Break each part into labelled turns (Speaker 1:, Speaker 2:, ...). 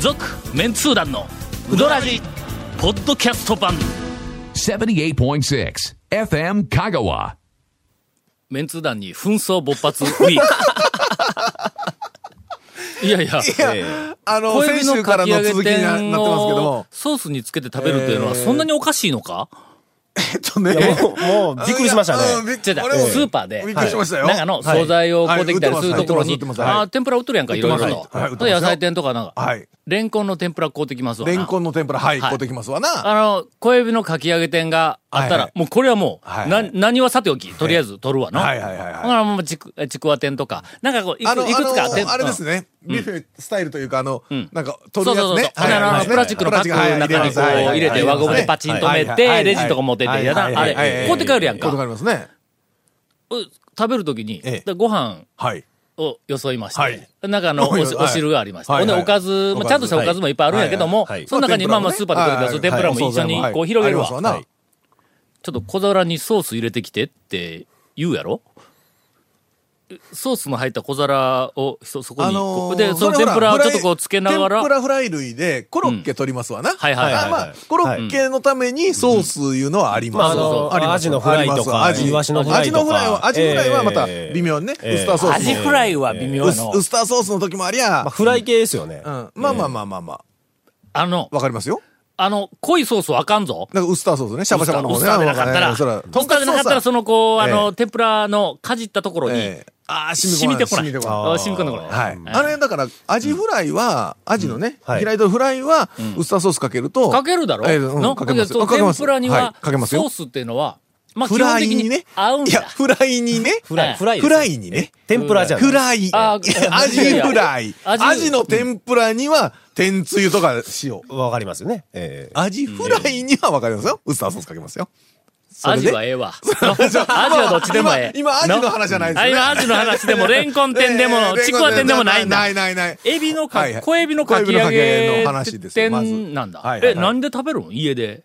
Speaker 1: 続メンツー団のウドラジポッドキャスト版
Speaker 2: 78.6 FM Kagawa.
Speaker 1: メンツー団に紛争勃発ウィー クいやいや
Speaker 3: あの、
Speaker 1: 小
Speaker 3: 先
Speaker 1: 指
Speaker 3: 週
Speaker 1: の
Speaker 3: か
Speaker 1: からき揚
Speaker 3: の
Speaker 1: げ
Speaker 3: 続きにななって
Speaker 1: 店
Speaker 3: ますけども
Speaker 1: を。ソースにつけて食べるっていうのはそんなにおかしいのか
Speaker 3: えっとね。
Speaker 4: もう、もうびっくりしました
Speaker 3: うんび
Speaker 4: ね。
Speaker 3: っ
Speaker 1: 違う違う
Speaker 3: 俺も
Speaker 1: スーパーで、
Speaker 3: びっくりしましたよ。
Speaker 1: なんかの惣菜を
Speaker 3: はい
Speaker 1: こうできたりするところ
Speaker 3: はい売
Speaker 1: に、
Speaker 3: ってます売ってます
Speaker 1: あ
Speaker 3: は
Speaker 1: あ、天ぷら売っとるやんか、いろいろと。
Speaker 3: はい売ってますよ
Speaker 1: 野菜店とかなんか、
Speaker 3: はい
Speaker 1: レンコンの天ぷら買うてきますわな。
Speaker 3: レンコンの天ぷら、はい、
Speaker 1: はい
Speaker 3: 買うてきますわな。
Speaker 1: あの、小指のかき揚げ店があったら、
Speaker 3: はいはい
Speaker 1: もうこれはもう、
Speaker 3: はい
Speaker 1: な何はさておき、とりあえず取るわな。
Speaker 3: はいはいはいはい
Speaker 1: だからもうちく、ちくわ店とか、なんかこう、いく
Speaker 3: あの、
Speaker 1: いくつか
Speaker 3: あ
Speaker 1: 店
Speaker 3: の、あれですね。ビュッフェスタイルというか、あの、なんか、
Speaker 1: そう
Speaker 3: 取る
Speaker 1: そうそうそう
Speaker 3: やつね。。
Speaker 1: あのあのプラスチックのパックの中にこう入れて、輪ゴムでパチンとめて、レジのとか持ってって、やだ、あれ、こうやって帰るやん
Speaker 3: こう
Speaker 1: か
Speaker 3: て。りますね。
Speaker 1: う食べるときに、
Speaker 3: ええ
Speaker 1: でご飯、
Speaker 3: はい。
Speaker 1: を装いまして、
Speaker 3: はい
Speaker 1: 中のお
Speaker 3: はい
Speaker 1: お汁がありまして、
Speaker 3: はい
Speaker 1: ほんで
Speaker 3: はい
Speaker 1: おかず、まあ、ちゃんとしたおかずもいっぱいあるんやけども、
Speaker 4: はいはいはい
Speaker 1: その中にまあまあスーパーで取れたそう天ぷらも一緒にこう広げるわ、
Speaker 3: はいはい
Speaker 1: ちょっと小皿にソース入れてきてって言うやろソースの入った小皿をそそこに、
Speaker 3: あのー
Speaker 1: こうでその
Speaker 3: れ
Speaker 1: 天
Speaker 3: ほら
Speaker 1: ぷらをちょ
Speaker 3: フライ
Speaker 1: っとこうつけながら
Speaker 3: 天ぷらフライ類でコロッケ取りますわな。
Speaker 1: はいはいはいはい
Speaker 3: まあまあ、コロッケのためにソースいうのはあり
Speaker 4: ま
Speaker 3: ま
Speaker 4: あ、あ
Speaker 3: す。
Speaker 4: の、
Speaker 3: あります
Speaker 4: アジのフライとか、
Speaker 3: あります
Speaker 4: イワシのフライとか。
Speaker 3: アジのフライは、アジフライはまた
Speaker 4: えー
Speaker 3: 微妙にね、
Speaker 4: えー
Speaker 3: ウスターソースも。
Speaker 1: アジフライは微妙
Speaker 3: ウ
Speaker 1: や
Speaker 3: ス
Speaker 1: の、
Speaker 3: ウスターソースの時もありゃ
Speaker 4: まあ、、フライ系ですよね。
Speaker 3: うんまあまあまあまあまあ、
Speaker 1: あの
Speaker 3: わかりますよ。
Speaker 1: あの濃いソースはあかんぞ
Speaker 3: なんかウスターソースね、シャバシャバの方
Speaker 1: ウス
Speaker 3: ね。
Speaker 1: ターでなかったら、
Speaker 3: うんそら
Speaker 1: ウスターでなかったら、その、こう、あの、
Speaker 3: え
Speaker 1: 天ぷらのかじったところに、
Speaker 3: ええ
Speaker 1: あー
Speaker 3: 染みこない
Speaker 1: 染みてこ
Speaker 3: 染みてこ
Speaker 1: な。
Speaker 3: ないい
Speaker 1: あー染み込んでこない。
Speaker 3: はい。あれ、だから、アジフライは、アジのね、
Speaker 4: はい
Speaker 3: 開いたフライは、ウスターソースかけると。
Speaker 1: かけるだろ、
Speaker 3: ええうん
Speaker 1: の
Speaker 3: かけます
Speaker 1: その
Speaker 3: かけま
Speaker 1: 天
Speaker 3: す
Speaker 1: ぷらに
Speaker 3: は
Speaker 1: は、
Speaker 3: いかけますよ
Speaker 1: ソースっていうのは、まあ、基
Speaker 3: フ
Speaker 1: 本
Speaker 3: ラ
Speaker 1: 的
Speaker 3: イに
Speaker 1: に
Speaker 3: ね。
Speaker 1: 合うん
Speaker 3: いや、
Speaker 1: だ。
Speaker 3: フライにね。
Speaker 4: フラ
Speaker 1: はい
Speaker 4: イ、フライ。
Speaker 3: フライにね。
Speaker 4: 天ぷらじゃない。
Speaker 3: フライ。
Speaker 1: あ
Speaker 3: アジ
Speaker 1: ーいやいや
Speaker 3: フライ。
Speaker 1: アジ
Speaker 3: アジの天ぷらには、天つゆとか塩。
Speaker 4: わかりますよね。ええ
Speaker 3: アジフライにはわかりますよ。ウスターソースかけますよ。それ
Speaker 1: ア
Speaker 3: で
Speaker 1: ジはええわ。のアジはどっちでもええ。
Speaker 3: 今、今アジの話じゃないです
Speaker 1: あ
Speaker 3: よね。
Speaker 1: 今、アジの話でも、レンコン店でも、
Speaker 3: ええ
Speaker 1: ちくわ店でもないんだ。
Speaker 3: ないないない。
Speaker 1: エビのか、
Speaker 3: はいはい
Speaker 1: 小エビのかき揚
Speaker 3: 小エビ
Speaker 1: げ
Speaker 3: のかき揚げの話ですよまず
Speaker 1: 店なんだ。
Speaker 3: はいはい
Speaker 1: え、なんで食べるの家で。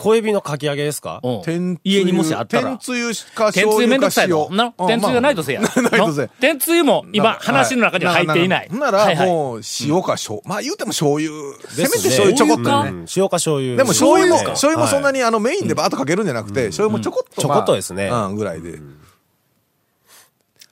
Speaker 4: 小エビのかき揚げですか
Speaker 1: うん
Speaker 3: 天
Speaker 1: 家にもしあったら。
Speaker 3: 天つゆか
Speaker 1: 天
Speaker 3: 醤
Speaker 1: つゆめ
Speaker 3: 油
Speaker 1: んど
Speaker 3: か
Speaker 1: くさいの。
Speaker 3: 塩。
Speaker 1: な、天つゆがないとせや。
Speaker 3: うんまあ ないとせや
Speaker 1: の天つゆも今、話の中には入っていない。
Speaker 3: な
Speaker 1: は
Speaker 3: ら
Speaker 1: いはい
Speaker 3: もう塩か醤油。まあ言うても醤油。せめて
Speaker 4: です
Speaker 3: 醤油ちょこっと
Speaker 4: う
Speaker 3: ね。
Speaker 4: ん塩か醤油。
Speaker 3: でも醤油も、
Speaker 4: そうです
Speaker 3: 醤油もそんな
Speaker 4: はい
Speaker 3: にあのメインでバーッとかけるんじゃなくて、醤油もちょこっと。
Speaker 4: ちょこっとですね
Speaker 3: うん、ぐらいで。じゃ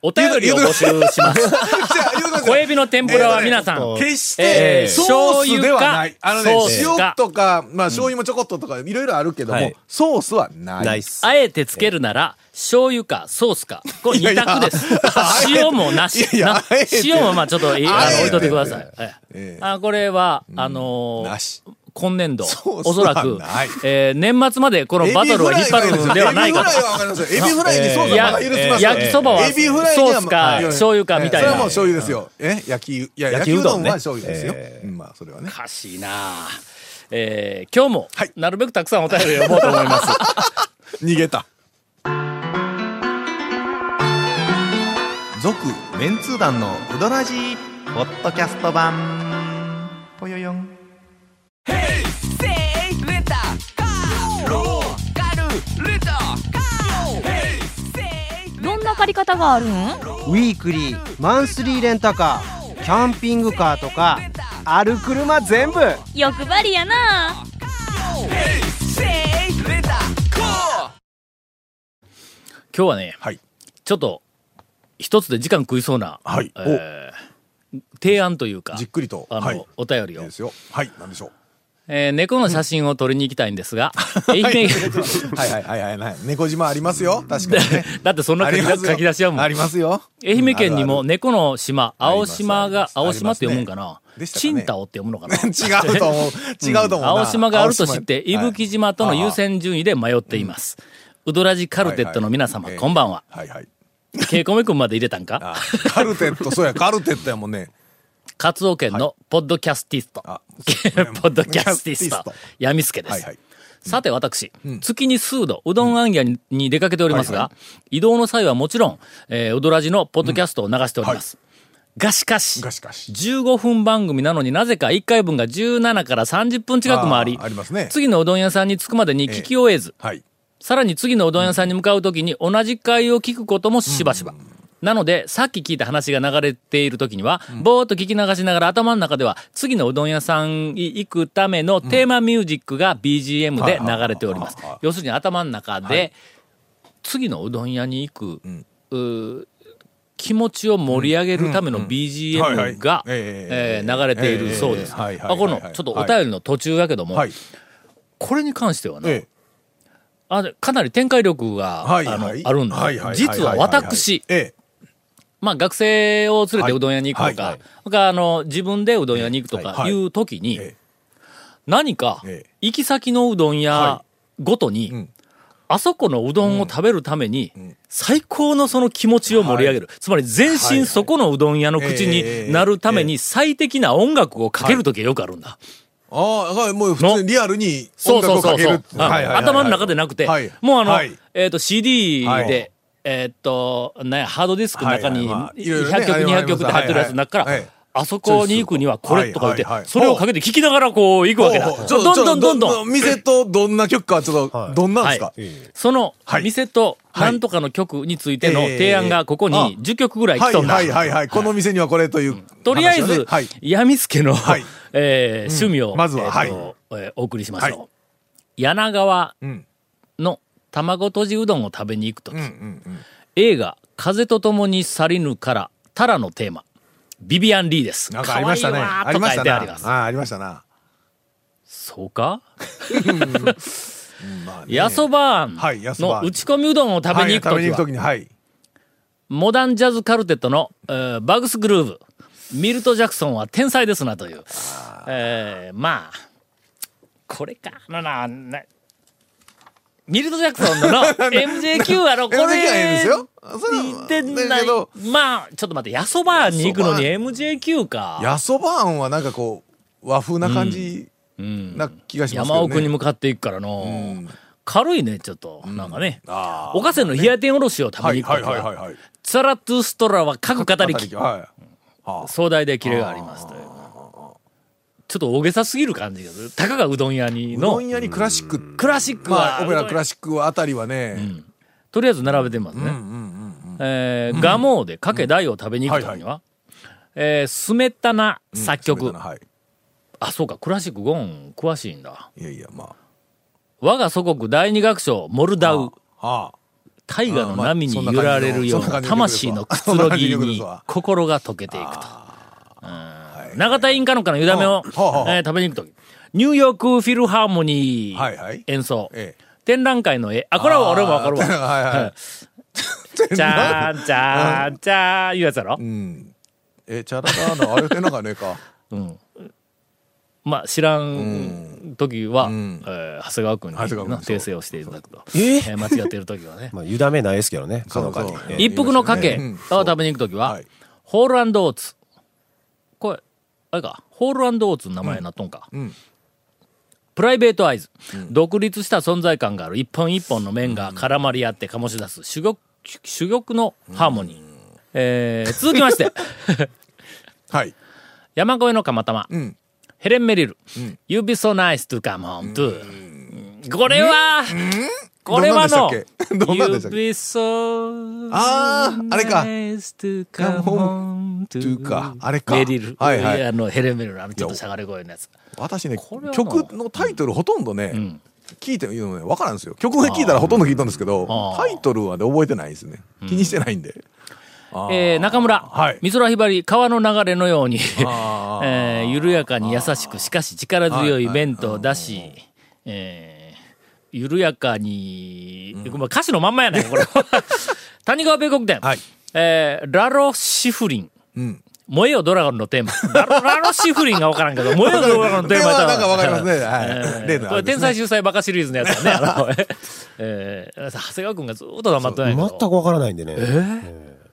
Speaker 1: お便りを募集 します。
Speaker 3: あ、言うてください
Speaker 1: 小エビの天ぷらは皆さん、
Speaker 4: えーとね
Speaker 3: 決し
Speaker 1: え
Speaker 3: て、
Speaker 1: ー
Speaker 3: ソースではない。あのね
Speaker 1: 醤、油
Speaker 3: 塩
Speaker 1: か
Speaker 3: とか、まあ醤油もちょこっととか、いろいろあるけど
Speaker 4: は
Speaker 3: も
Speaker 4: い、
Speaker 3: ソースはない。
Speaker 4: ないっす。
Speaker 1: あえてつけるなら、醤油かソースか。これ二択です。塩もなし。
Speaker 3: いやいや
Speaker 1: な
Speaker 3: あえて
Speaker 1: 塩もまあちょっといい、あ
Speaker 3: あえ
Speaker 1: の、置
Speaker 3: て
Speaker 1: いといてください。え
Speaker 3: え
Speaker 1: えあこれは、あのー
Speaker 3: なし
Speaker 1: 今年度、
Speaker 3: ソース
Speaker 1: おそらく
Speaker 3: はない、
Speaker 1: えー年末までこのバトルを引っ張るのではないか
Speaker 3: エビフライ
Speaker 1: と。
Speaker 3: はわかりますよ。エビフライにソースはまだ許しますよ。
Speaker 1: 焼きそばは
Speaker 3: エビフライに
Speaker 1: ソー
Speaker 3: は
Speaker 1: スか
Speaker 3: ええ
Speaker 1: 醤油かみたいな
Speaker 3: それはもう醤油ですよ。え焼き、いや、
Speaker 4: 焼
Speaker 3: 焼
Speaker 4: き
Speaker 3: き
Speaker 4: う
Speaker 3: う
Speaker 4: ど
Speaker 3: ど
Speaker 4: ん
Speaker 3: ん
Speaker 4: ね
Speaker 3: は醤油ですよ
Speaker 4: え。
Speaker 3: うんまあ、それはね
Speaker 1: お。かしいなあえー今日も
Speaker 3: はい、
Speaker 1: なるべくたくさんお便りを読もうと思います。
Speaker 3: 逃げた。続、
Speaker 5: メンツー団のウドラジーポッドキャスト版ぽよよん
Speaker 6: どんな借り方があるん
Speaker 7: ウィークリーマンスリーレンタカーキャンピングカーとかある車全部
Speaker 6: 欲張りやな
Speaker 1: 今日はね、
Speaker 3: はい
Speaker 1: ちょっと、一つで時間食いそうな、
Speaker 3: はい
Speaker 1: えー提案というか、
Speaker 3: じっくりと。
Speaker 1: あの、
Speaker 3: はい。い
Speaker 1: お便り
Speaker 3: い
Speaker 1: を
Speaker 3: で。すよ。はい、なん でしょう。
Speaker 1: えー猫の写真を撮りに行きたいんです が、愛媛県、
Speaker 3: はいはいはいはいはい。猫島ありますよ。確か にね。
Speaker 1: だってそんな
Speaker 3: あ
Speaker 1: 書
Speaker 3: り
Speaker 1: き
Speaker 3: ま
Speaker 1: 出
Speaker 3: すよ
Speaker 1: 書き出しはもう
Speaker 3: ありますよ。
Speaker 1: 愛媛県に
Speaker 3: うんあるあ
Speaker 1: も
Speaker 3: る
Speaker 1: 猫の島、青島が、
Speaker 3: あり
Speaker 1: 青
Speaker 3: ますありま
Speaker 1: 島っ
Speaker 3: す
Speaker 1: て読むんかな
Speaker 3: でしたかね
Speaker 1: チンタオって読むのかな
Speaker 3: 違う と思う。違うと思うな。
Speaker 1: 青島があると知って、伊
Speaker 3: 青島
Speaker 1: 吹島との優先順位で迷っています。ウドラジカルテットの皆様、
Speaker 3: はいはい
Speaker 1: こんばん は。
Speaker 3: はいはい。
Speaker 1: ケイコメ君まで入れたん
Speaker 3: あ
Speaker 1: か
Speaker 3: カルテット、そうや、カルテットやもんね。
Speaker 1: カツオ県のポッドキャスティスト。
Speaker 3: あ
Speaker 1: ポッドキャスティス
Speaker 3: ポッドキャスティス
Speaker 1: ト
Speaker 3: ト。
Speaker 1: やみすけで
Speaker 3: はい
Speaker 1: す
Speaker 3: は。い。
Speaker 1: さて私、月に数度、うどんあんぎゃにに出かけておりますが、
Speaker 3: は
Speaker 1: 移動の際はもちろん、えーうどらじのポッドキャストを流しております。がしかし、
Speaker 3: がしかし
Speaker 1: 15分番組なのになぜか1回分が17から30分近くもあり、
Speaker 3: あーありますね
Speaker 1: 次のうどん屋さんに着くまでに聞き終えず、
Speaker 3: はい。
Speaker 1: さらに次のうどん屋さんに向かうときに同じ回を聞くこともしばしば。なので、さっき聞いた話が流れている時には、ぼーっと聞き流しながら頭の中では、次のうどん屋さんに行くためのテーマミュージックが BGM で流れております。要するに頭の中で、次のうどん屋に行く、うー気持ちを盛り上げるための
Speaker 3: はいはい
Speaker 1: BGM が、え
Speaker 3: え
Speaker 1: ー
Speaker 3: ー
Speaker 1: 流れているそうです。
Speaker 3: えーはいはい
Speaker 1: あこの、
Speaker 3: はいはい
Speaker 1: ちょっとお便りの途中やけども、
Speaker 3: はい。
Speaker 1: これに関してはね、
Speaker 3: え
Speaker 1: あでかなり展開力が、
Speaker 3: えはい
Speaker 1: あの
Speaker 3: はい。
Speaker 1: あるんで、
Speaker 3: はいはい
Speaker 1: 実は私、
Speaker 3: いいええ
Speaker 1: まあ、学生を連れ
Speaker 3: は
Speaker 1: て
Speaker 3: いう
Speaker 1: どん屋に行くとか、
Speaker 3: はいはい
Speaker 1: 他あの自分でうどん屋に行くと
Speaker 3: は
Speaker 1: か
Speaker 3: いはい
Speaker 1: いう時に、
Speaker 3: ええ
Speaker 1: 何か
Speaker 3: ええ
Speaker 1: 行き先のうどん屋
Speaker 3: は
Speaker 1: ごとに、
Speaker 3: ん
Speaker 1: あそこのうどんを食べるために、最高のその気持ちを盛り上げる、つまり全
Speaker 3: はいは
Speaker 1: 身
Speaker 3: い
Speaker 1: そこのうどん屋の口になるため
Speaker 3: え
Speaker 1: に最適な音楽をかける時がよくあるんだ。
Speaker 3: ああ、だからもう普通にリアルに
Speaker 1: そ
Speaker 3: 音
Speaker 1: うそうそ
Speaker 3: 楽をか
Speaker 1: う
Speaker 3: け
Speaker 1: そ
Speaker 3: るっ
Speaker 1: う
Speaker 3: て。。
Speaker 1: うん
Speaker 3: はいはいはい
Speaker 1: 頭の中でなくて
Speaker 3: はい、
Speaker 1: もうあの
Speaker 3: はい、
Speaker 1: えっと CD
Speaker 3: はい
Speaker 1: で、えっと、ね、ハードディスクの中に
Speaker 3: はいはいまあいろいろね
Speaker 1: 100曲、
Speaker 3: あれは
Speaker 1: 200
Speaker 3: あります
Speaker 1: 曲って入ってるやつの中か
Speaker 3: はいは
Speaker 1: ら
Speaker 3: い、
Speaker 1: あそこに行くにはこれとか言っ
Speaker 3: はいはいは
Speaker 1: て、
Speaker 3: い
Speaker 1: それをかけて聴きながらこう行くわけだ。
Speaker 3: ほうほうちょっ
Speaker 1: ど
Speaker 3: と
Speaker 1: んどんどんどん。
Speaker 3: 店とどんな曲か、ちょっ
Speaker 4: は
Speaker 3: と、
Speaker 4: い
Speaker 3: どんなんです
Speaker 1: は
Speaker 3: か
Speaker 1: いその
Speaker 3: はい
Speaker 1: 店となんとかの曲についての提案がここ
Speaker 3: え
Speaker 1: に
Speaker 3: え
Speaker 1: 10曲ぐらい
Speaker 3: は
Speaker 1: 来
Speaker 3: い
Speaker 1: とんだ
Speaker 3: は。いはいはい。この店にはこれという。
Speaker 1: とりあえず、
Speaker 3: はい。
Speaker 1: やみすけの、
Speaker 3: はい
Speaker 1: えー趣味を、
Speaker 3: まずは
Speaker 1: えーとえーお送りしましょう。柳川
Speaker 3: うん。
Speaker 1: の卵とじうどんを食べに行くとき、
Speaker 3: うんうんうん。
Speaker 1: 映画「風と共に去りぬ」から「タラ」のテーマビビアン・リーです。
Speaker 3: なんかありましたね。
Speaker 1: 可愛いわー
Speaker 3: ありまし
Speaker 1: と書い
Speaker 3: た
Speaker 1: て
Speaker 3: ね。
Speaker 1: あります。
Speaker 3: ああ、ありましたな。
Speaker 1: そうか
Speaker 3: まあね
Speaker 1: やそばーん
Speaker 3: はいやそば
Speaker 1: の
Speaker 3: ーん
Speaker 1: 打ち込みうどんを食べに行くと
Speaker 3: は
Speaker 1: き
Speaker 3: い食べに行
Speaker 1: は
Speaker 3: くときに、はい。
Speaker 1: モダンジャズカルテットの、えーバグスグルーブ、ミルト・ジャクソンは天才ですなという。えーまあ、これかなな、なミルト・ジャクソンのの MJQ はの、こ
Speaker 3: MJQ はええ
Speaker 1: れ、
Speaker 3: ですよそれは
Speaker 1: 似てな
Speaker 3: だ
Speaker 1: い
Speaker 3: けど。
Speaker 1: まあ、ちょっと待って、ヤソバーに行くのに MJQ か。
Speaker 3: やそばあんはなんかこう、和風な感じな気がしますけ
Speaker 1: 山
Speaker 3: どね。
Speaker 1: 奥に向かっていくからの、軽いね、ちょっと。なんかね。
Speaker 3: あ
Speaker 1: おかせの冷や天おろしを食
Speaker 3: あ。は
Speaker 1: べに
Speaker 3: い
Speaker 1: 行く
Speaker 3: は
Speaker 1: と
Speaker 3: い
Speaker 1: きは
Speaker 3: はいはいはい。
Speaker 1: ツァラトゥストラは各語りき。
Speaker 3: はい。
Speaker 1: 壮大でキレがありますという。ちょっと大げさすぎる感じがする。たかがうどん屋に
Speaker 3: うど
Speaker 1: の
Speaker 3: ん、屋にクラシック。
Speaker 1: クラシック
Speaker 3: ま
Speaker 1: は、
Speaker 3: あ、オペラクラ
Speaker 1: シッ
Speaker 3: シックあたりはね。
Speaker 1: ク。とりあえず並べてますね。えー、ガモーでかけ大を食べに行くときには、えー、スメタナ作曲。
Speaker 3: はい。
Speaker 1: あ、そうか、クラシックゴン詳しいんだ。
Speaker 3: いやいや、ま
Speaker 1: 我が祖国第二楽章、モルダウ。
Speaker 3: あ。はあ。
Speaker 1: 大河の波に揺られるような魂のくつろぎに心が溶けていくと。うん永田インカのかの湯だめを
Speaker 3: はあはあはあ
Speaker 1: えー食べに行くとき、ニューヨークフィルハーモニ
Speaker 3: はいは
Speaker 1: ー
Speaker 3: い
Speaker 1: 演奏、
Speaker 3: ええ
Speaker 1: 展覧会の絵、あ、これは俺もわかる
Speaker 3: あー
Speaker 1: わ。
Speaker 3: はいはい。
Speaker 1: じゃーん、じゃーん、じゃーん、いうやつやろ。
Speaker 3: え、チャラダーナ、あれってなんかね えか。
Speaker 1: まあ、知らん時は、
Speaker 3: ん
Speaker 1: えー長谷川君に
Speaker 3: 長谷川
Speaker 1: な
Speaker 3: 君そう
Speaker 1: 訂正をしていただくと。
Speaker 4: え
Speaker 1: え
Speaker 4: ー
Speaker 1: ー間違ってる時はね。
Speaker 4: まあ、委ねないですけどね、
Speaker 3: そうそう
Speaker 4: かのかに。ええ
Speaker 1: 一服の賭け
Speaker 3: うん
Speaker 1: を食べに行くときは、
Speaker 3: はい
Speaker 1: ホールオーツ。これ、あれか、ホールオーツの名前になっとんか。
Speaker 3: ん
Speaker 1: プライベートアイズ、独立した存在感がある一本一本の面が絡まり合って醸し出す珠玉珠玉のハーモニー。えー続きま して、
Speaker 3: はい。
Speaker 1: 山越えの釜玉、
Speaker 3: ん
Speaker 1: ヘレン・メリル、You be so nice to come home to、これは、これはの、
Speaker 3: どんなんでしたっけどんなんでしたっけ
Speaker 1: You be so
Speaker 3: あーあれか
Speaker 1: nice to come home to
Speaker 3: というかあれか
Speaker 1: メリル。
Speaker 3: はいはい
Speaker 1: あの、ヘレン・メリル、あの、ちょっとしゃがれ声のやつ。
Speaker 3: 私ね
Speaker 1: れは、な
Speaker 3: 曲のタイトルほとんどね、聞いてるのね、わからんですよ。曲が聞いたらほとんど聞いたんですけど
Speaker 1: あー、
Speaker 3: タイトルはね、覚えてないですね。気にしてないんで。
Speaker 1: えー中村、
Speaker 3: はい
Speaker 1: 美空ひばり、川の流れのように、
Speaker 3: あー
Speaker 1: えー緩やかに優しく、しかし力強い弁当だし、えー緩やかに、まあ歌詞のまんまやない か、これ。谷川米国店、
Speaker 3: はい
Speaker 1: えーラロシフリン。
Speaker 3: ん
Speaker 1: 燃えよドラゴンのテーマ。ラロラロシフリンがわからんけど、 燃えよドラゴンのテーマやった
Speaker 3: なんかわかりますね。
Speaker 1: え
Speaker 3: はい。例
Speaker 1: ー
Speaker 3: の
Speaker 1: これ
Speaker 3: あれで
Speaker 1: 天
Speaker 3: すね
Speaker 1: 才秀才バカシリーズのやつだ ね。あのえー長谷川くんがずっと黙ってないけど。
Speaker 4: 全くわからないんでね。
Speaker 1: えー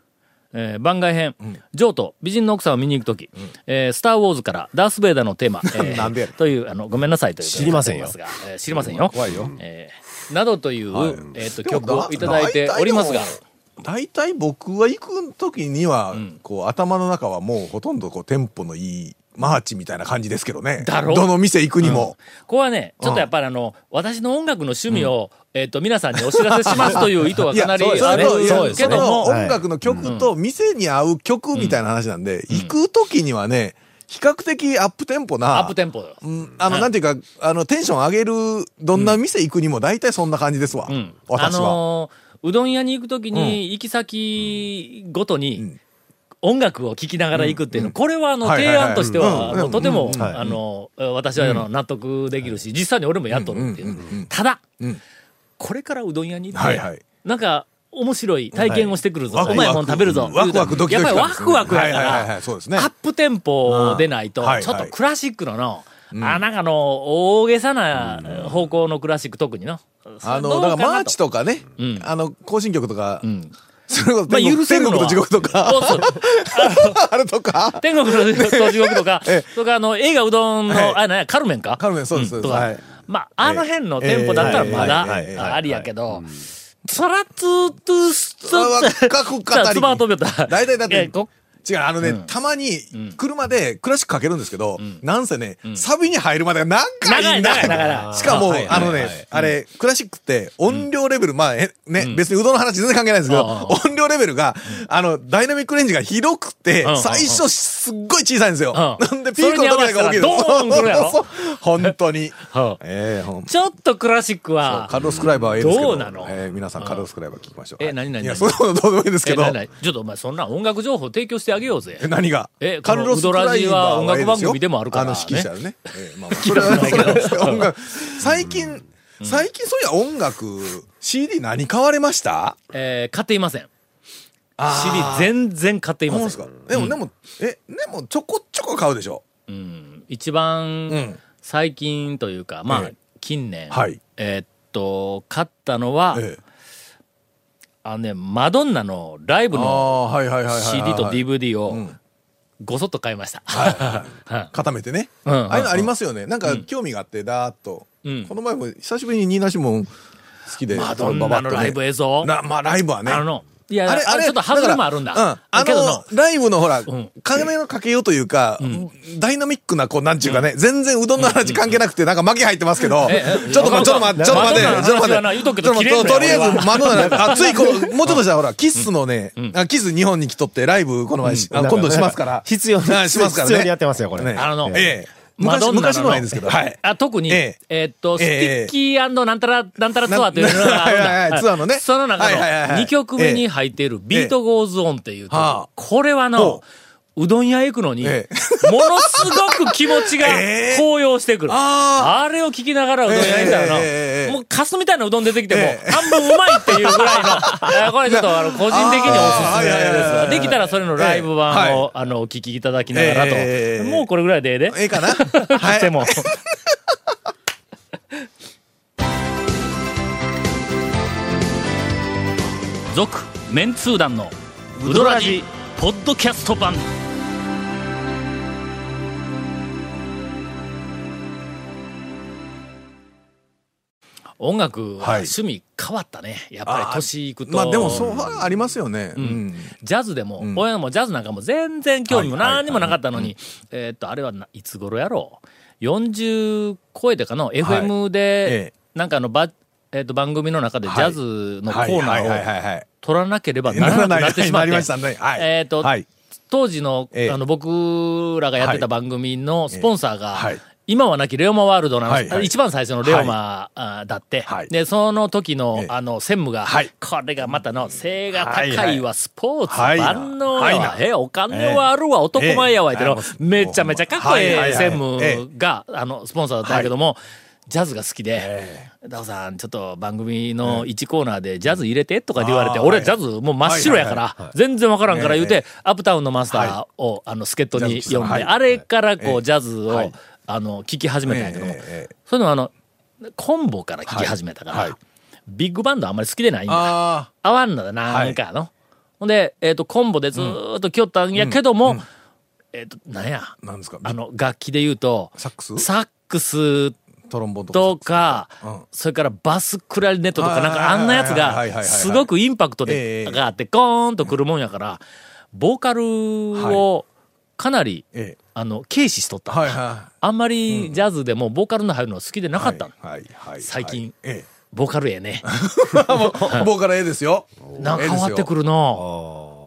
Speaker 1: 番外編、ジョーと美人の奥さんを見に行くとき、えースター・ウォーズからダース・ベイダーのテー マ、えー
Speaker 3: なんでやねん
Speaker 1: という、あの、ごめんなさいという
Speaker 4: 知りませんよ
Speaker 1: ことになってますがえー知りませんよ。
Speaker 3: 怖いよ。
Speaker 1: えーなどという、
Speaker 3: はい
Speaker 1: えーと、
Speaker 3: でも
Speaker 1: 曲をいただいておりますが、。
Speaker 3: 大体でも大体僕は行く時には、こう頭の中はもうほとんどこうテンポのいいマーチみたいな感じですけどね。
Speaker 1: だろ
Speaker 3: どの店行くにも。
Speaker 1: これはね、ちょっとやっぱりあの、私の音楽の趣味を、えっ、と、皆さんにお知らせしますという意図はかなり
Speaker 3: そ
Speaker 1: あ
Speaker 3: れ
Speaker 1: る
Speaker 3: と、いや
Speaker 1: そうですけ
Speaker 3: そ
Speaker 1: ど
Speaker 3: の
Speaker 1: も、
Speaker 3: 音楽の曲と店に合う曲みたいな話なんで、行くときにはね、比較的アップテンポな。
Speaker 1: アップテンポよ。
Speaker 3: うんあの、
Speaker 1: はい
Speaker 3: なんていうか、あの、テンション上げる、どんな店行くにも大体そんな感じですわ。
Speaker 1: うん。
Speaker 3: 私
Speaker 1: あ
Speaker 3: は。
Speaker 1: のーうどん屋に行くときに、行き先ごとに、音楽を聴きながら行くっていうの、これはあの、
Speaker 3: はいはいはい
Speaker 1: 提案としては、
Speaker 3: うん
Speaker 1: あのとても、
Speaker 4: うん
Speaker 1: あの、私はあの納得できるし、実際に俺もやっとるっていう。
Speaker 3: うんうんうんうん
Speaker 1: ただ、
Speaker 3: ん
Speaker 1: これからうどん屋に行って、
Speaker 3: はいはい
Speaker 1: なんか、面白い体験をしてくるぞ。
Speaker 3: はい
Speaker 1: お前もん食べるぞ。
Speaker 3: ワクワクドキドキ
Speaker 1: やっぱりワクワクやから、
Speaker 3: はいはいはいそうですね
Speaker 1: アップテンポでないと、
Speaker 3: うんはいはい
Speaker 1: ちょっとクラシックのの、あ、なんかあの、大げさな方向のクラシック特にの。
Speaker 3: あ
Speaker 1: ど
Speaker 3: の、
Speaker 1: う
Speaker 3: だ
Speaker 1: か
Speaker 3: か
Speaker 1: な
Speaker 3: らマーチとかね、
Speaker 1: ん
Speaker 3: あの、行進曲とか、
Speaker 1: ん
Speaker 3: それこそ
Speaker 1: まあ
Speaker 3: 天国
Speaker 1: 許せるの
Speaker 3: 天国
Speaker 1: は
Speaker 3: と地獄と
Speaker 1: そう
Speaker 3: か、
Speaker 1: そう
Speaker 3: あるとか、
Speaker 1: 天国の地獄とか
Speaker 3: ええ、
Speaker 1: とか、あの、映画うどん
Speaker 3: はい
Speaker 1: の、あ、なんや、カルメンか
Speaker 3: カルメンそうです
Speaker 1: ん
Speaker 3: そ
Speaker 1: と
Speaker 3: うです
Speaker 4: は
Speaker 1: か
Speaker 4: い。
Speaker 1: まあ、あの辺の店舗だったらま
Speaker 4: ええええええ
Speaker 1: だ、ありやけど、そらつーつーつ
Speaker 3: わ
Speaker 1: ーつー
Speaker 3: かく
Speaker 1: じゃあ、つば
Speaker 3: 語
Speaker 1: 飛
Speaker 3: り。
Speaker 1: びよった。
Speaker 3: 大体だって
Speaker 1: ええこ
Speaker 3: 違う、あのね、たまに、車でクラシックかけるんですけど、なんせね、サビに入るまでが長いんだ
Speaker 1: 長い長い長い
Speaker 3: しかも、
Speaker 4: はい
Speaker 3: あのね、
Speaker 4: はいはい
Speaker 3: あれ、クラシックって音量レベル、まあ、えね、別にうどんの話全然関係ないんですけど、
Speaker 1: あ
Speaker 3: 音量レベルが、あの、ダイナミックレンジが広くて、
Speaker 1: うん
Speaker 3: 最初すっごい小さいんですよ。
Speaker 1: うん
Speaker 3: なんでピークの時だけ大きい
Speaker 1: それ
Speaker 3: です。
Speaker 1: に合わせたらドーン来るやろ
Speaker 3: そうそうそう 本 当に。
Speaker 1: はあ
Speaker 3: ええほん
Speaker 1: ちょっとクラシックは、
Speaker 3: カルロス・クライバーはええですけど。
Speaker 1: どうなの
Speaker 3: ええ皆さん、カルロス・クライバー聞きましょう。
Speaker 1: え何々
Speaker 3: いや、そんなことどうでもいいですけ
Speaker 1: え
Speaker 3: ど。
Speaker 1: なになにちょっとお前そんな音楽情報提供してあげようぜ
Speaker 3: え。何が
Speaker 1: えこのウドラジは音楽番組でもあるからね
Speaker 3: あの指揮者ね。ええま あまあそれはそれはそれは音楽最近、最近そういや音楽、CD 何買われました
Speaker 1: えー買っていません。CD 全然買っていま
Speaker 3: そう
Speaker 1: せ
Speaker 3: で
Speaker 1: ん
Speaker 3: す。か。でも、でも、え、でもちょこちょこ買うでしょ。
Speaker 1: 一番、
Speaker 3: うん
Speaker 1: 最近というか、まあ、
Speaker 3: ええ
Speaker 1: 近年、
Speaker 3: はい
Speaker 1: えーっと、買ったのは、
Speaker 3: ええ
Speaker 1: あのね、マドンナのライブ
Speaker 3: あ
Speaker 1: の
Speaker 3: あ、はいはいはいはいはい。
Speaker 1: CD と DVD を
Speaker 3: ん
Speaker 1: ごそっと買いました。
Speaker 3: 固めてね。
Speaker 1: うん
Speaker 3: ああいうのありますよね。なんか興味があって、だーっと
Speaker 1: ん。
Speaker 3: この前も久しぶりにニーナシモン好きで。
Speaker 1: マドンナのライブ映像、
Speaker 3: なまあ、ライブはね。
Speaker 1: あの、いや、
Speaker 3: あ
Speaker 1: あ
Speaker 3: れ、
Speaker 1: れ
Speaker 3: あれ、
Speaker 1: ちょっとハードルもあるんだ。
Speaker 3: からうん。
Speaker 1: けど
Speaker 3: あ
Speaker 1: の、
Speaker 3: の、ライブのほら、
Speaker 1: ん
Speaker 3: 金のかけようというか、ダイナミックな、こう、なんちゅうかね、全然うどんの話関係なくて、なんか巻き入ってますけど、
Speaker 1: ええ
Speaker 3: ちょっとま、ちょっとま、ちょっと待って、ちょっと
Speaker 1: マドンナの話はな
Speaker 3: 待
Speaker 1: 言う
Speaker 3: って
Speaker 1: とく、け
Speaker 3: ち
Speaker 1: ど切れんのよ
Speaker 3: ょっと待って、とりあえ
Speaker 1: 俺は
Speaker 3: ず、マドン ナの、あ、ついこの、もうちょっとしたら、ほら、キッスのね、あキッス日本に来とって、ライブ、この前し、あ
Speaker 4: なんか
Speaker 3: 今度しますから。
Speaker 4: 必要に
Speaker 3: あしますからね。
Speaker 4: 必要にやってますよこれ
Speaker 3: ね
Speaker 1: あのの
Speaker 3: ええ。
Speaker 1: マ
Speaker 3: 昔
Speaker 1: ドンナ
Speaker 3: 昔のないですけ ど、はい。
Speaker 1: あ特に、
Speaker 3: え
Speaker 1: えーっと、
Speaker 3: え
Speaker 1: スティッ
Speaker 3: え
Speaker 1: キーなんたら、なんたらツアーというのがあるん
Speaker 3: なはい はい
Speaker 1: だは
Speaker 3: は
Speaker 1: いい
Speaker 3: ツアーのね
Speaker 1: その中
Speaker 3: はいはいはいは
Speaker 1: の
Speaker 3: い
Speaker 1: 2曲目に入っているビートゴーズオンっていう曲、
Speaker 3: ええはあ
Speaker 1: これは
Speaker 3: ほ
Speaker 1: の、うどん屋行くのに、
Speaker 3: え
Speaker 1: ものすごく気持ちが
Speaker 3: ええ
Speaker 1: 高揚してくる。
Speaker 3: あ
Speaker 1: あれを聞きながらうどん屋行ったらな、
Speaker 3: ええええええ
Speaker 1: もうカスみたいなうどん出てきても、
Speaker 3: ええ
Speaker 1: 半分うまいっていうぐ らいの、あこれちょっとあの個人的におすすめ
Speaker 3: あーはいはい
Speaker 1: です
Speaker 3: はいは
Speaker 1: わ。
Speaker 3: い
Speaker 1: できたらそれのライブ
Speaker 3: ええ
Speaker 1: 版
Speaker 3: は
Speaker 1: を、あの、お聞きいただきながらと。
Speaker 3: ええええええ
Speaker 1: もうこれぐらいでええで。
Speaker 3: ええかなは
Speaker 1: で
Speaker 3: い。
Speaker 1: も。続、メンツー団の、ウドラジ、ポッドキャスト版。音楽は
Speaker 3: はい
Speaker 1: 趣味変わったね。やっぱり年いくと。
Speaker 3: まあ、でも、そう、ありますよね。うん。
Speaker 1: ジャズでも、親もジャズなんかも全然興味も何にもなかったのに、えーっと、あれはないつ頃やろう ?40 超えてかの FM で
Speaker 3: え、
Speaker 1: なんかあの、ば、えーっと、番組の中でジャズのコ
Speaker 3: はい
Speaker 1: ーナ
Speaker 3: はいはい
Speaker 1: ーを
Speaker 3: はいはい。
Speaker 1: 取らなければならなくなってしまっ
Speaker 3: なり
Speaker 1: て
Speaker 3: ましたね。はい。
Speaker 1: えーっと
Speaker 3: はい。
Speaker 1: 当時の、
Speaker 3: ええ
Speaker 1: あの、僕らがやってた番組のスポンサーが、
Speaker 3: はい
Speaker 1: 今はなきレオマワールドの、
Speaker 3: はいはい
Speaker 1: 一番最初のレオマ、あだって、
Speaker 3: はい
Speaker 1: で、その時の、
Speaker 3: ええ
Speaker 1: あの、専務が、
Speaker 3: はい
Speaker 1: これがまたの、背が高いわ、
Speaker 3: はいは
Speaker 1: スポーツ、
Speaker 3: はい
Speaker 1: 万能やわ、
Speaker 3: はいな
Speaker 1: ええお金はあるわ、男前やわ、
Speaker 3: ええ
Speaker 1: っての、めちゃめちゃかっこ
Speaker 3: はいはい
Speaker 1: え
Speaker 3: はい
Speaker 1: え専務が、あの、スポンサーだったんやけども、ジャズが好きで、ダオさん、ちょっと番組の1コーナーでジャズ入れてとかって言われて、
Speaker 3: あー
Speaker 1: 俺
Speaker 3: はい
Speaker 1: ジャズもう真っ白やから、全然わからんから言う
Speaker 3: え
Speaker 1: て、アップタウンのマスターを、あの、助っ人に呼ん
Speaker 3: はい
Speaker 1: で、あれからこ
Speaker 3: は
Speaker 1: う、
Speaker 3: い
Speaker 1: ジャズ
Speaker 3: は
Speaker 1: を
Speaker 3: い、
Speaker 1: あの、聴き始めたんやけども
Speaker 3: ええええええ、
Speaker 1: そういうのはあの、コンボから聴き始めたか
Speaker 3: は
Speaker 1: ら
Speaker 3: いはい、
Speaker 1: ビッグバンドあんまり好きでないんだ。
Speaker 3: あ
Speaker 1: 合わんのだな、
Speaker 3: はい
Speaker 1: なんかの。ほんで、えっ、と、コンボでずーっと来よったんやけども、えっ、と、なんや、
Speaker 3: あ、なんですか。
Speaker 1: あの、楽器で言うと、
Speaker 3: サックス
Speaker 1: サックス
Speaker 3: トロンボーン
Speaker 1: と
Speaker 3: とか。
Speaker 1: か
Speaker 3: うん、
Speaker 1: それからバスクラリネットとか、なんか
Speaker 3: はい
Speaker 1: あんなやつ
Speaker 3: はいはいはいは
Speaker 1: が、
Speaker 3: い
Speaker 1: すごくインパクトで、
Speaker 3: ええ
Speaker 1: があって、ゴーンとくるもんやから、ボーカルをかなり、
Speaker 3: ええ
Speaker 1: あの、軽視しとった。
Speaker 3: はいは
Speaker 1: あんまりジャズでもボーカルの入るのは好きでないかったの。
Speaker 3: はいはいはいはい
Speaker 1: 最近
Speaker 3: え
Speaker 1: ボーカルええね。
Speaker 3: え もうボーカルええですよ
Speaker 1: なんか変わってく
Speaker 3: る
Speaker 1: るな。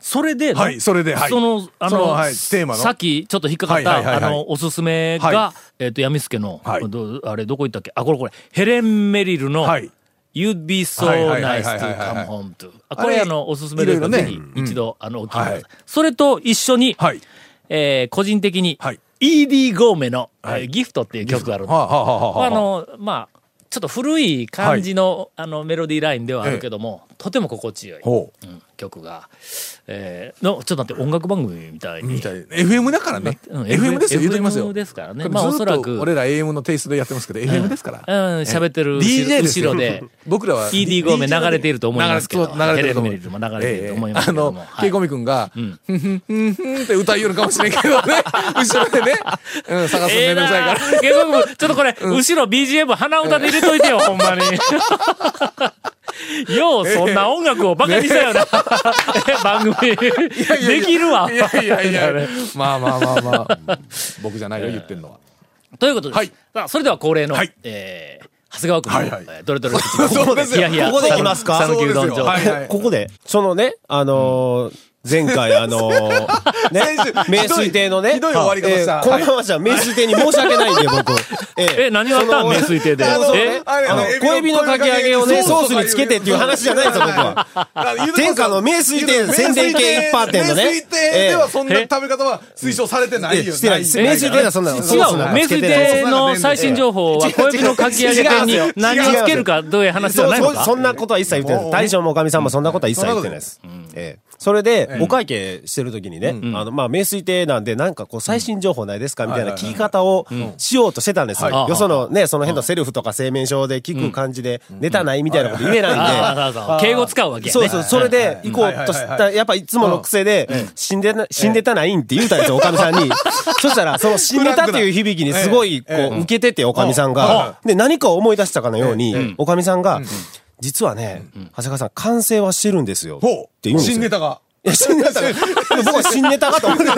Speaker 1: それで、
Speaker 3: はいそれではい
Speaker 1: その、あ
Speaker 3: そ
Speaker 1: の、
Speaker 3: のはいテーマの
Speaker 1: さっきちょっと引っかかった、
Speaker 3: はいはいはいはい
Speaker 1: あの、おすすめが、
Speaker 3: は
Speaker 1: えっ、と、やみすけの、
Speaker 3: はい
Speaker 1: どあれ、どこ行ったっけあ、これこれ、ヘレン・メリルの、
Speaker 3: はい
Speaker 1: You'd be so
Speaker 3: はいはいはい
Speaker 1: nice
Speaker 3: はいはい
Speaker 1: to
Speaker 3: はい
Speaker 1: come home to. あこれ、
Speaker 3: あれ
Speaker 1: あの、おすすめですから、
Speaker 3: いろ
Speaker 1: ぜ
Speaker 3: いろね
Speaker 1: ひ、
Speaker 3: うん
Speaker 1: 一度、あの、お聞きください,、
Speaker 3: はい
Speaker 1: それと一緒に、
Speaker 3: はい
Speaker 1: えー個人的に、
Speaker 3: はい
Speaker 1: ED ゴーメの、
Speaker 3: はい
Speaker 1: えーギフトっていう曲があるんです
Speaker 3: はあはあはあは
Speaker 1: あのまあちょっと古い感じの,、あのメロディーラインではあるけども、とても心地よい、
Speaker 3: ほう
Speaker 1: うん曲が、えーのちょっと待って音楽番組みたいに
Speaker 3: みたい FM だからね、
Speaker 1: うん
Speaker 3: FM ですよ言うときます
Speaker 1: FM
Speaker 3: よ
Speaker 1: ですからね
Speaker 3: これ
Speaker 1: まあおそら
Speaker 3: ずっ
Speaker 1: く
Speaker 3: と俺ら AM のテイストでやってますけど、FM ですから、
Speaker 1: うん喋ってる
Speaker 3: DJ です
Speaker 1: 後
Speaker 3: よ
Speaker 1: ろで
Speaker 3: 僕らは
Speaker 1: ED ゴーメ流れていると思いますけど
Speaker 3: 流れてると思
Speaker 1: テレビメ
Speaker 3: う
Speaker 1: リルも流れていると思いますけ
Speaker 3: ええ
Speaker 1: ど
Speaker 3: あ
Speaker 1: も、
Speaker 3: の、
Speaker 1: はい
Speaker 3: ケイコミ君が、ふんふんふんふんって歌いよるかもしれんけどね、 後ろでね、うん、探すの
Speaker 1: ええ
Speaker 3: めんどくさい
Speaker 1: な
Speaker 3: から。
Speaker 1: ケイコミ君ちょっとこれ、後ろ BGM 鼻歌で入れとい てよ、ほんまに。 よう、そんな音楽をバカにしたよ な、 番組。
Speaker 3: いやいや
Speaker 1: できるわ。
Speaker 3: いやいや いや、まあまあまあまあ、僕じゃないよ、言ってんのは。
Speaker 1: ということです。
Speaker 3: はい
Speaker 1: さあそれでは恒例の、
Speaker 3: はい
Speaker 1: えー長谷川君の、
Speaker 3: はいはい
Speaker 1: えーどれどれ口こ
Speaker 3: そ
Speaker 1: こ
Speaker 3: う
Speaker 1: で
Speaker 3: ですよ
Speaker 1: ヒヤヒヤ。
Speaker 4: ここでいきますか
Speaker 1: 讃岐うどん
Speaker 3: そうです
Speaker 1: 場。
Speaker 3: よはいはい
Speaker 4: ここで、そのね、あのー前回、あのーね
Speaker 3: 先週、
Speaker 4: 名水亭のね、
Speaker 3: ひどいひどい終わり方した
Speaker 4: えーこのままじゃ名水亭に申し訳ないんで、僕。え
Speaker 1: え、何があったん名水亭で。
Speaker 4: あのそうね
Speaker 1: え
Speaker 3: あれ
Speaker 4: あの
Speaker 3: あれ
Speaker 4: 小エビのかき揚げをね、ソースにつけてっていう話じゃないん ですよ、僕は。
Speaker 3: は
Speaker 4: 天下の名水亭宣伝系一般店のね
Speaker 3: 名水亭ではそんな食べ方は推奨されてないよ。
Speaker 4: してないです。名水亭はそんなの。
Speaker 1: 違
Speaker 4: ソース
Speaker 1: う
Speaker 4: な
Speaker 1: の
Speaker 4: んか
Speaker 1: 名
Speaker 4: つけ
Speaker 1: 水
Speaker 4: てない
Speaker 1: 亭の最新情報は、小指のかき揚げ店に
Speaker 4: 違う違う
Speaker 1: 何をつけるかどういう話じゃないの
Speaker 4: そうそうそ
Speaker 1: か
Speaker 4: んなことは一切言ってないです。大将もおかみさんもそんなことは一切言ってないです。ええそれで、お会計してるときにね、あの、まあ、名水亭なんで、なんかこう、最新情報ないですかみたいな聞き方をしようとしてたんですよ。
Speaker 1: はい
Speaker 4: よそのね、その辺のセルフとか製麺所で聞く感じで、ネタないみたいなこと言えないんで。
Speaker 1: ああ、そうそう敬語使うわけやね。
Speaker 4: そうそう、それで行こうとし
Speaker 3: はいはいはい
Speaker 4: た、やっぱいつもの癖で、死んでな、死んでたないんって言うたんですよ、おかみさん に。そしたら、その死んでたっていう響きにすごい、こ
Speaker 3: ええ
Speaker 4: う、受けてて、おかみさんが。で、何かを思い出したかのように、おかみさんが、実はね、長谷川さん、完成はしてるんですよ。って
Speaker 3: ほ
Speaker 4: 言うん
Speaker 3: う、
Speaker 4: ですよ。
Speaker 3: 新ネタが。
Speaker 4: いや新ネタが。僕は新ネタかと思って。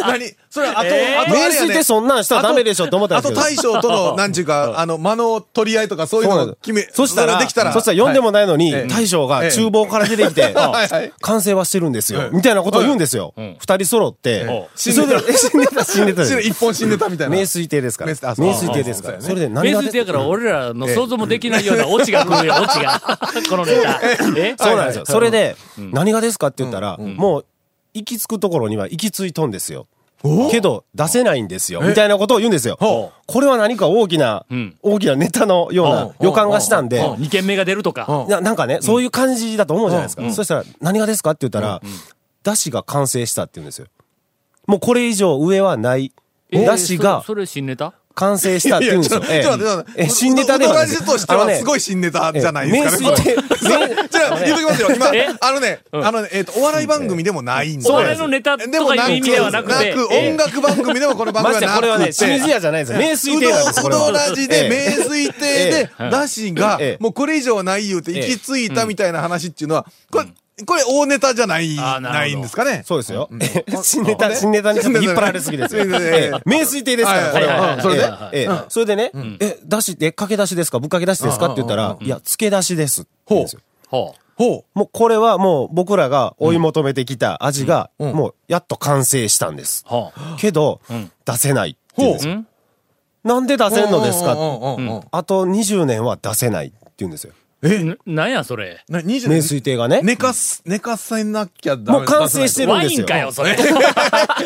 Speaker 3: 何それ、あと、あとあれやね
Speaker 4: 名水でそんなんしたらダメでしょと思ったん
Speaker 3: あ
Speaker 4: です
Speaker 3: と
Speaker 4: けど。
Speaker 3: 大将と の、なんちゅうか、あの、間の取り合いとかそういう
Speaker 4: そう
Speaker 3: の
Speaker 4: な
Speaker 3: を
Speaker 4: ん
Speaker 3: 決め、
Speaker 4: ですそしたら、
Speaker 3: できたら。
Speaker 4: そしたら読んでもないのに、
Speaker 3: はい
Speaker 4: 大将が厨房から出てきて、
Speaker 3: はいはい
Speaker 4: 完成はしてるんですよ、
Speaker 3: はい
Speaker 4: みたいなことを言うんですよ。
Speaker 1: ん
Speaker 4: 二人揃って、
Speaker 1: ん
Speaker 4: それで、え死んでた、死んでた。
Speaker 3: 一本新ネタみたいな。
Speaker 4: 名水亭ですから。
Speaker 3: 名水あそう
Speaker 4: 名水亭ですから。
Speaker 3: そう
Speaker 4: それで
Speaker 1: 名
Speaker 4: 何が
Speaker 1: 水亭やから俺らの想像もできないようなオチが来るよ、オチが。このネタ。え
Speaker 4: そうなんですよ。それで、何がですかって言ったら、もう、行き着くところには行き着いとんですよ。けど、出せないんですよ。みたいなことを言うんですよ。これは何か大きな、
Speaker 1: ん
Speaker 4: 大きなネタのような予感がしたんで、
Speaker 1: 2軒目が出るとか。
Speaker 4: ななんかね、そういう感じだと思うじゃないですか。そしたら、何がですかって言ったら、だしが完成したって言うんですよ。もうこれ以上上はない。
Speaker 1: え
Speaker 4: だしが
Speaker 1: そそれ新ネタ
Speaker 4: 完成したって
Speaker 3: い
Speaker 4: 言う
Speaker 3: や、
Speaker 4: ん
Speaker 3: ちょっ
Speaker 4: ですよ
Speaker 3: と、。
Speaker 4: ええ
Speaker 3: ちょっと待って、
Speaker 4: ええ新ネタではない
Speaker 3: 同じとしてはすごい新ネタじゃないですかね。
Speaker 4: 名水亭、名
Speaker 3: じゃあ、言うときますよ。今
Speaker 1: え、
Speaker 3: あのね、あのね、えっと、お笑い番組でもないんで。
Speaker 1: お笑いのネタとかいう意味ではなくて
Speaker 3: でも
Speaker 1: ええ
Speaker 3: 音楽番組でもこの番
Speaker 4: ま
Speaker 3: 組
Speaker 4: し
Speaker 3: はなくて。
Speaker 4: てこれはね、清水屋じゃないですよ。名水亭なんです、
Speaker 3: う
Speaker 4: これ
Speaker 3: ど
Speaker 4: は
Speaker 3: ん、う。どん同じで、
Speaker 4: ええ
Speaker 3: 名水亭で、だしが
Speaker 4: ええ、
Speaker 3: もうこれ以上はない言うて、行き着いたみたいな話っていうのは、これ、これ大ネタじゃない、
Speaker 1: あーなるほど
Speaker 3: ないんですかね。
Speaker 4: そうですよ。新ネタ、新ネタにちょっと引っ張られすぎですよ。
Speaker 3: 新ネタね
Speaker 4: ええ名水亭ですから、これ
Speaker 1: はいはいは
Speaker 4: は。
Speaker 1: い
Speaker 4: それで
Speaker 1: はい
Speaker 4: ええそれでね、え、だし、え、かけだしですかぶっかけだしですかって言ったら、いや、漬けだしですって言うんですよ。
Speaker 1: ほう。
Speaker 3: ほ
Speaker 4: もうこれはもう僕らが追い求めてきた味が、もうやっと完成したんです。
Speaker 1: ほう。
Speaker 4: けど、出せないって言うんですよ。なんで出せんのです
Speaker 3: う。
Speaker 4: か
Speaker 3: うんうんうん
Speaker 4: あと20年は出せないって言うんですよ。
Speaker 1: んなんやそれ。
Speaker 3: な20
Speaker 4: 名水亭がね。
Speaker 3: 寝かす、寝かせなきゃダメ
Speaker 4: もう完成してるん
Speaker 1: ワ
Speaker 4: で
Speaker 1: イ
Speaker 4: す
Speaker 1: ン
Speaker 4: よ。
Speaker 1: かよ、それ。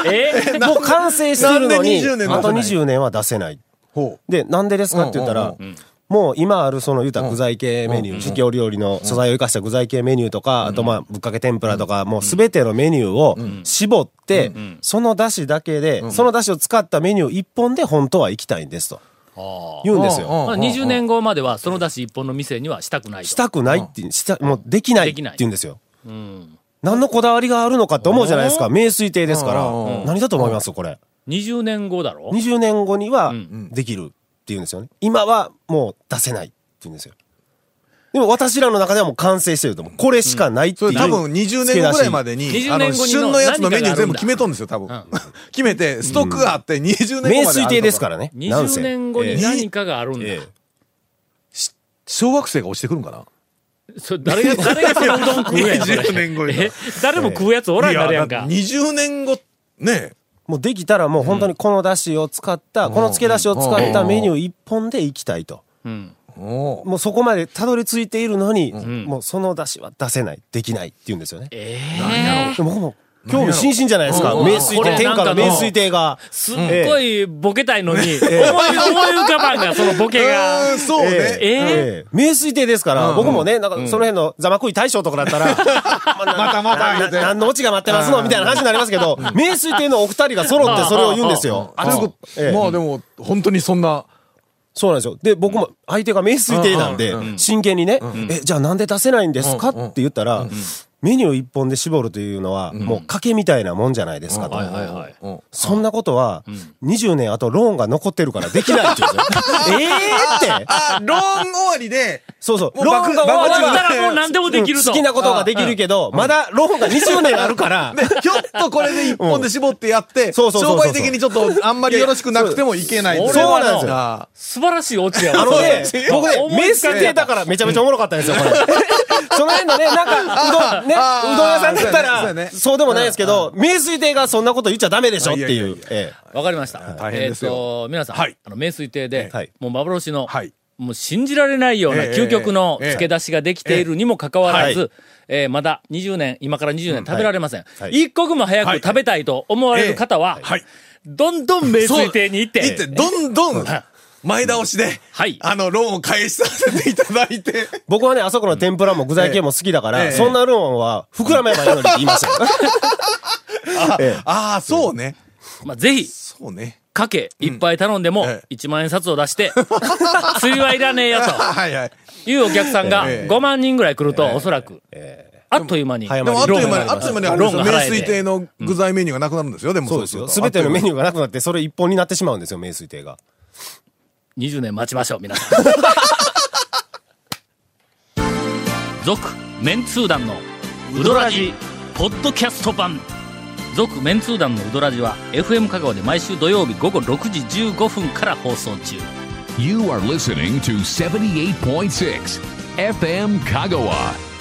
Speaker 1: え
Speaker 4: もう完成してるのに、
Speaker 3: なんで20年出せない
Speaker 4: あと20年は出せない。
Speaker 3: ほ
Speaker 4: で、なんでですかって言った
Speaker 3: うん
Speaker 4: ら、
Speaker 3: うん
Speaker 4: もう今あるその言うたら具材系メニュー、四季折々の素材を生かした具材系メニューとか、あとまあぶっかけ天ぷらとか、もうすべてのメニューを絞って、その出汁だけで、その出汁を使ったメニュー一本で本当は行きたいんですと
Speaker 1: あ
Speaker 4: 言うんですよ。
Speaker 1: まあ、20年後まではその出し一本の店にはしたくないと。
Speaker 4: したくないって、した、もうできない
Speaker 1: で
Speaker 4: って
Speaker 1: きない
Speaker 4: 言うんですよ。何のこだわりがあるのかって思うじゃないですか。名水亭ですから。何だと思いますこれ。
Speaker 1: 20年後だろ
Speaker 4: 20年後にはできるって言うんですよね。今はもう出せないって言うんですよ。でも私らの中ではもう完成してると思う。これしかないって
Speaker 3: そ
Speaker 4: いう。
Speaker 3: れ多分20年後ぐらいまでに
Speaker 1: 付け出し、
Speaker 3: あの、
Speaker 1: 20年後にの
Speaker 3: 旬のやつのメニュー全部決めとんですよ、多分。 決めて、ストックがあって20年後まである
Speaker 4: 名
Speaker 3: とか。
Speaker 4: 水亭ですからね。なん
Speaker 1: 20
Speaker 4: せ
Speaker 1: 年後に何かがあるんだ。
Speaker 4: ええ
Speaker 3: 小学生が落ちてくるんかな
Speaker 1: それ誰が、誰がそのうどん食うやん。それ
Speaker 3: 20年後に
Speaker 1: え 誰も食うやつおらんなるやん
Speaker 3: いだ
Speaker 1: か
Speaker 3: って。20年後、ね
Speaker 4: もうできたらもう本当にこのだしを使った、この漬けだしを使ったメニュー一本でいきたいと。
Speaker 1: うん。
Speaker 3: おう
Speaker 4: もうそこまでたどり着いているのに、
Speaker 1: ん
Speaker 4: もうその出汁は出せない、できないって言うんですよね。
Speaker 1: ええ
Speaker 4: でも僕も興味津々じゃないですか。
Speaker 3: うんうん
Speaker 4: 名水
Speaker 1: これ
Speaker 4: 亭、天
Speaker 1: な
Speaker 4: 下の
Speaker 1: んかの
Speaker 4: 名水亭が。
Speaker 1: すっごいボケたいのに、思い、思い
Speaker 4: え
Speaker 1: 浮かばんが、そのボケが。
Speaker 3: うんそうね。
Speaker 1: え
Speaker 4: ええ名水亭ですから、僕もね、なんかその辺のざまくい大将とかだったら、またまた、な何のオチが待ってますのみたいな話になりますけど、名水亭のお二人が揃ってそれを言うんですよ。熱く。ええ
Speaker 3: まあでも、本当にそんな、
Speaker 4: そうなんですよ。で、僕も相手が名水亭なんで、真剣にね、え、じゃあなんで出せないんですかって言ったら、メニュー一本で絞るというのは、もう賭けみたいなもんじゃないですかと。
Speaker 1: はいはいはい。
Speaker 3: うん
Speaker 4: そんなことは、20年後ローンが残ってるからできないって言うんですよ。えーって
Speaker 3: あ、ローン終わりで、
Speaker 4: そうそう、
Speaker 3: もう
Speaker 4: ローンが終わ
Speaker 1: 終わっ
Speaker 4: っ
Speaker 1: た
Speaker 4: ら
Speaker 1: たら もう何でもできる
Speaker 4: 好
Speaker 1: と。
Speaker 4: きなことができるけど、まだローンが20年ある から、
Speaker 3: ひょっとこれで一本で絞ってやって、
Speaker 4: そうそうそう
Speaker 3: 商
Speaker 4: そう
Speaker 3: 売的にちょっとあんまりよろしくなくてもいけない。
Speaker 1: そう
Speaker 4: そうなんですよ
Speaker 3: あ
Speaker 1: 素晴らしいオチやわ
Speaker 4: あのね
Speaker 1: それ、
Speaker 4: 僕
Speaker 1: 思
Speaker 4: ね、
Speaker 1: い
Speaker 4: 名
Speaker 1: つかん
Speaker 4: 水亭だからめちゃめちゃおもろかったんですよ、これ。 その辺のね、なんか、うどん、ね、う
Speaker 3: あー
Speaker 4: どん屋さんだった
Speaker 3: そうやねそうやね
Speaker 4: ら、そうでもないですけど、名水亭がそんなこと言っちゃダメでしょって
Speaker 3: いや
Speaker 4: い。
Speaker 3: いう
Speaker 4: え
Speaker 1: わかりました。
Speaker 3: 大変ですよ
Speaker 1: えっと、皆さん、
Speaker 3: はい
Speaker 1: あの、名水亭で、
Speaker 4: はい
Speaker 1: もう幻の、
Speaker 3: はい
Speaker 1: もう信じられないような
Speaker 3: ええ
Speaker 1: 究極の
Speaker 3: ええ
Speaker 1: 漬け出しができているにもかかわらず、
Speaker 4: は
Speaker 1: えーまだ20年、今から20年食べられません。
Speaker 4: はい
Speaker 1: 一刻も早く食べたいと思われる方は、
Speaker 3: ええはい
Speaker 1: どんどん名水亭に行って、
Speaker 3: 行って、どんどん前倒しで、
Speaker 1: はい
Speaker 3: あの、ローンを返しさせていただいて、
Speaker 4: え僕はね、あそこの天ぷらも具材系も好きだか
Speaker 3: ええ
Speaker 4: ら、そんなローンは膨らめばいいのにって言いましたよ。ええ
Speaker 3: ああ、そうね。
Speaker 1: まあ、ぜひ、
Speaker 3: そうね。
Speaker 1: かけいっぱい頼んでも、
Speaker 3: ええ
Speaker 1: 1万円札を出して、 つゆはいらねえよ
Speaker 3: はいはい。
Speaker 1: というお客さんが
Speaker 3: ええ
Speaker 1: 5万人ぐらい来ると、おそらく、あっという間に、
Speaker 4: 早
Speaker 3: で
Speaker 4: ま
Speaker 3: もあっという間に、
Speaker 4: ローンが
Speaker 3: あっという間に、
Speaker 1: ロ
Speaker 3: あれ
Speaker 1: ーンが
Speaker 3: 名
Speaker 1: 払えて
Speaker 3: 水亭の具材メニューがなくなるんですよ、でも
Speaker 4: そうですよ。す
Speaker 3: そう
Speaker 4: べてのメニ
Speaker 3: ュ
Speaker 4: ューがなくなって、それ一本になってしまうんですよ、名水亭が。
Speaker 1: 20年待ちましょう、皆さん。 続、メンツー団の、ウドラジ、ポッドキャスト版。続、メンツー団のウドラジは、FM 香川で毎週土曜日午後6時15分から放送中。
Speaker 2: You are listening to 78.6 FM Kagawa.